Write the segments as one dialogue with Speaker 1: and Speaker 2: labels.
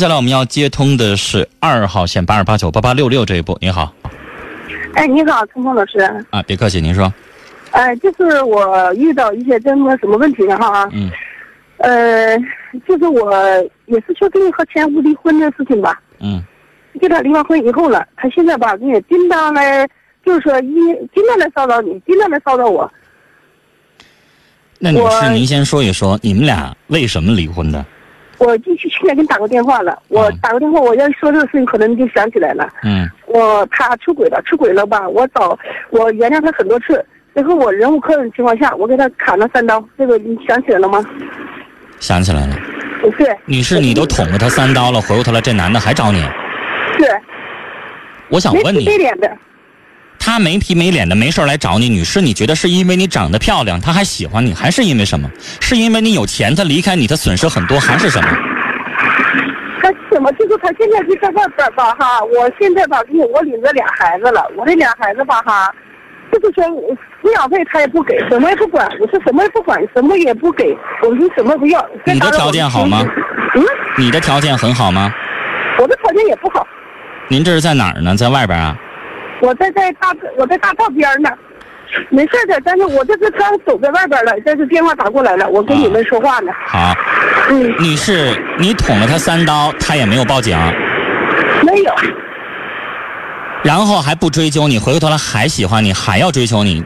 Speaker 1: 接下来我们要接通的是二号线八二八九八八六六这一波。您好，
Speaker 2: 哎，你好，聪聪老师。
Speaker 1: 啊，别客气，您说，
Speaker 2: 哎，就是我遇到一些这么什么问题了哈。啊
Speaker 1: 嗯。
Speaker 2: 呃，就是我也是确定和前夫离婚的事情吧，
Speaker 1: 嗯
Speaker 2: 跟他离完婚以后了，他现在吧，也经常来，就是说一经常来骚扰你，经常来骚扰我。，
Speaker 1: 那女
Speaker 2: 我
Speaker 1: 士，您先说一说，你们俩为什么离婚的？
Speaker 2: 我就去去年给你打过电话了，我
Speaker 1: 嗯
Speaker 2: 打过电话，我要说这个事情，可能你就想起来了。
Speaker 1: 嗯
Speaker 2: 我他出轨了，出轨了吧？我找我原谅他很多次，最后我忍无可忍的情况下，我给他砍了三刀，这个你想起来了吗？
Speaker 1: 想起来了，
Speaker 2: 对，
Speaker 1: 女士，你都捅过他三刀了，回过头来这男的还找你，
Speaker 2: 是。
Speaker 1: 我想
Speaker 2: 没
Speaker 1: 问
Speaker 2: 皮
Speaker 1: 你
Speaker 2: 没，脸的，
Speaker 1: 他没皮没脸的没事儿来找你，女士，你觉得是因为你长得漂亮，他还喜欢你，还是因为什么？是因为你有钱，他离开你，他损失很多，还是什么？
Speaker 2: 他怎么就是他现在就在外边儿吧哈？我现在吧，我我领着俩孩子了，我这俩孩子吧哈，就是说我抚养费他也不给，什么也不管，我是什么也不管，什么也不给，我是什么也不要。
Speaker 1: 你的条件好吗？
Speaker 2: 嗯，
Speaker 1: 你的条件很好吗？
Speaker 2: 我的条件也不好，
Speaker 1: 您这是在哪儿呢？在外边啊？
Speaker 2: 我在在大我在大道边儿呢。没事儿的，但是我这是刚走在外边儿了，这是电话打过来了，我跟你们说话呢。
Speaker 1: 好，
Speaker 2: 嗯，
Speaker 1: 女士，你捅了他三刀，他也没有报警，
Speaker 2: 没有，
Speaker 1: 然后还不追究你，回过头来还喜欢你，还要追求你。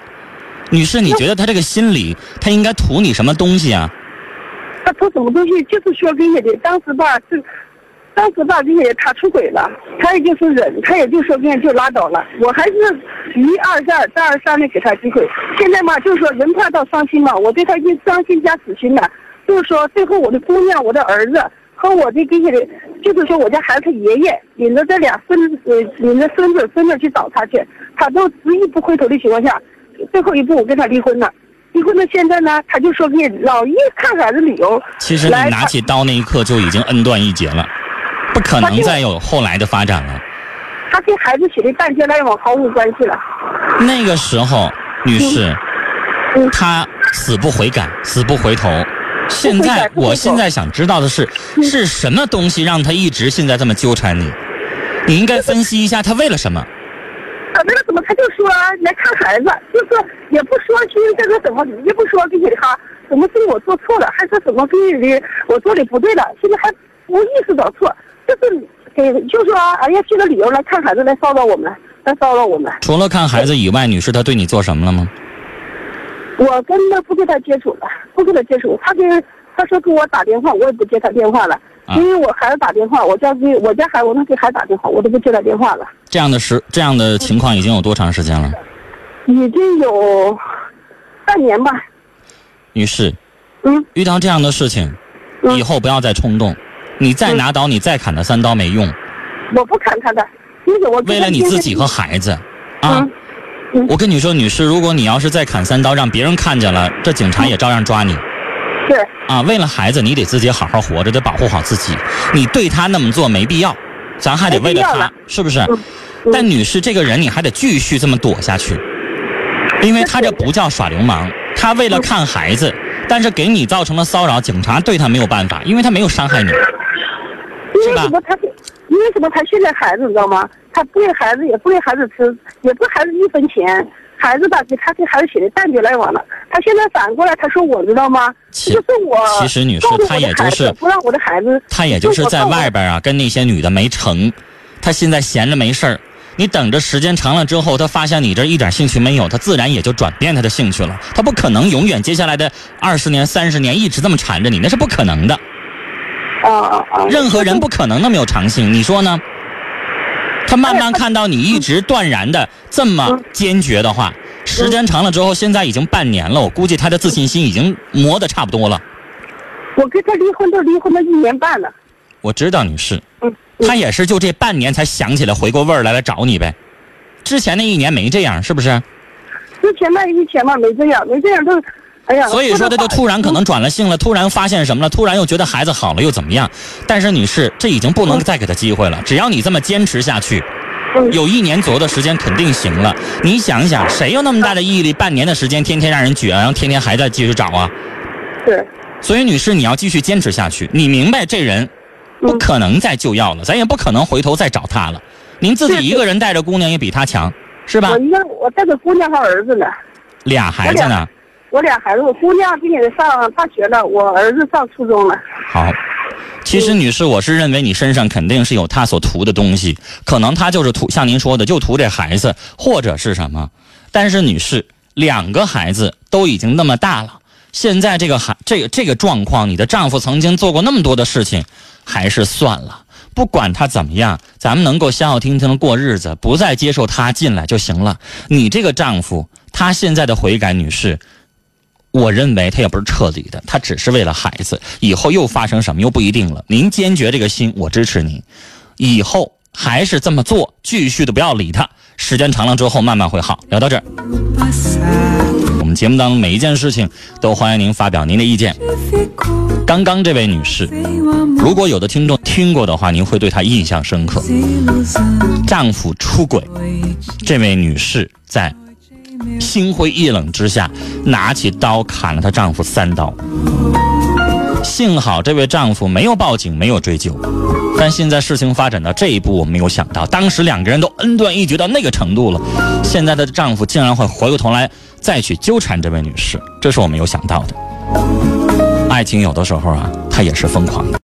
Speaker 1: 女士，你觉得他这个心理，他应该图你什么东西啊？
Speaker 2: 他偷什么东西，就是说给你的。当时吧，是，当时吧，给你他出轨了，他也就是忍，他也就说给你就拉倒了。我还是一而再、再而三的给他机会。现在嘛，就是说人怕到伤心嘛，我对他就伤心加死心了。就是说，最后我的姑娘、我的儿子和我这给你的，就是说我家孩子他爷爷领着这俩孙子，呃，领着孙子孙女去找他去，他都执意不回头的情况下，最后一步我跟他离婚了。离婚到现在呢，他就说给你老一看孩子理由，
Speaker 1: 其实你
Speaker 2: 来
Speaker 1: 拿起刀那一刻就已经恩断义绝了，不可能再有后来的发展了。
Speaker 2: 他跟孩子血的蛋接来往毫无关系了。
Speaker 1: 那个时候，女士，
Speaker 2: 嗯
Speaker 1: 他死不悔改，死不回头。现
Speaker 2: 不悔
Speaker 1: 在
Speaker 2: 改，不嗯回头
Speaker 1: 我现在想知道的是，是什么东西让他一直现在这么纠缠你？你应该分析一下他为了什么。
Speaker 2: 啊，那个怎么他就说来看孩子，就是也不说是这个怎么，也不说给你哈，什么是我做错了，还是什么给你的我做的不对了，现在还不意识到错，就是给就说哎呀，这个理由来看孩子来骚扰我们，来骚扰我们。
Speaker 1: 除了看孩子以外，女士她对你做什么了吗？
Speaker 2: 我跟他不跟他接触了，不跟他接触。他跟他说给我打电话，我也不接他电话了，
Speaker 1: 啊
Speaker 2: 因为我孩子打电话，我家给我家孩子，我那给孩子打电话，我都不接他电话了。
Speaker 1: 这样的时这样的情况已经有多长时间了？
Speaker 2: 已经有半年吧。
Speaker 1: 女士，
Speaker 2: 嗯，
Speaker 1: 遇到这样的事情，
Speaker 2: 嗯
Speaker 1: 以后不要再冲动。你再拿刀，你再砍他三刀没用。
Speaker 2: 我不砍他的，因为我跟
Speaker 1: 为
Speaker 2: 他
Speaker 1: 了你
Speaker 2: 天
Speaker 1: 自
Speaker 2: 天
Speaker 1: 己和孩子，啊
Speaker 2: 嗯，
Speaker 1: 我跟你说，女士，如果你要是再砍三刀，让别人看见了，这警察也照样抓你
Speaker 2: 是
Speaker 1: 啊。为了孩子，你得自己好好活着，得保护好自己。你对他那么做没必要，咱还得为了
Speaker 2: 没必要
Speaker 1: 他
Speaker 2: 了，
Speaker 1: 是不是
Speaker 2: 嗯？嗯
Speaker 1: 但女士这个人，你还得继续这么躲下去，因为他这不叫耍流氓，他为
Speaker 2: 嗯
Speaker 1: 了看孩子，但是给你造成了骚扰，警察对他没有办法，因为他没有伤害你。
Speaker 2: 因为
Speaker 1: 吧
Speaker 2: 什么他因为什么他训练孩子，你知道吗？他不给孩子，也不给孩子吃，也不给孩子一分钱。孩子吧，给他跟孩子写的蛋就来往了。他现在反过来，他说我知道吗？
Speaker 1: 其
Speaker 2: 就是我
Speaker 1: 其实女士
Speaker 2: 告诉我的
Speaker 1: 她也就
Speaker 2: 孩
Speaker 1: 是
Speaker 2: 子不让我的孩子，
Speaker 1: 他也就是在外边啊，跟那些女的没成，他现在闲着没事儿。你等着时间长了之后，他发现你这一点兴趣没有，他自然也就转变他的兴趣了。他不可能永远接下来的二十年、三十年一直这么缠着你，那是不可能的。
Speaker 2: 啊啊啊！
Speaker 1: 任何人不可能那么有长性，你说呢？他慢慢看到你一直断然的这么坚决的话，时间长了之后，现在已经半年了，我估计他的自信心已经磨得差不多了。
Speaker 2: 我跟他离婚都离婚了一年半了。
Speaker 1: 我知道你是，
Speaker 2: 嗯，嗯
Speaker 1: 他也是就这半年才想起来回过味儿来来找你呗。之前那一年没这样，是不是？
Speaker 2: 之前那一前嘛没这样，没这样都，哎呀，
Speaker 1: 所以说他就
Speaker 2: 到
Speaker 1: 突然可能转了性了，突然发现什么了，突然又觉得孩子好了又怎么样？但是女士，这已经不能再给他机会了。只要你这么坚持下去，
Speaker 2: 嗯
Speaker 1: 有一年左右的时间肯定行了。你想一想，谁有那么大的毅力，半年的时间天天让人撅，然后天天还在继续找啊？
Speaker 2: 是，
Speaker 1: 所以女士，你要继续坚持下去。你明白这人不可能再就要了，咱也不可能回头再找他了。您自己一个人带着姑娘也比他强，是吧
Speaker 2: 我？一个我带着姑娘和儿子呢，
Speaker 1: 俩孩子呢，
Speaker 2: 我俩孩子，我姑娘今年上大学了，我儿子上初中了。
Speaker 1: 好。其实，女士，我是认为你身上肯定是有他所图的东西，可能他就是图像您说的，就图这孩子，或者是什么。但是，女士，两个孩子都已经那么大了，现在这个孩这个这个状况，你的丈夫曾经做过那么多的事情，还是算了。不管他怎么样，咱们能够消消停停的过日子，不再接受他进来就行了。你这个丈夫，他现在的悔改，女士，我认为他也不是彻底的，他只是为了孩子，以后又发生什么又不一定了。您坚决这个心，我支持您，以后还是这么做，继续的不要理他，时间长了之后慢慢会好。聊到这儿，我们节目当中每一件事情都欢迎您发表您的意见。刚刚这位女士，如果有的听众听过的话，您会对她印象深刻。丈夫出轨，这位女士在心灰意冷之下，拿起刀砍了她丈夫三刀。幸好这位丈夫没有报警，没有追究。但现在事情发展到这一步，我没有想到，当时两个人都恩断义绝到那个程度了，现在的丈夫竟然会回过头来再去纠缠这位女士，这是我没有想到的。爱情有的时候啊，它也是疯狂的。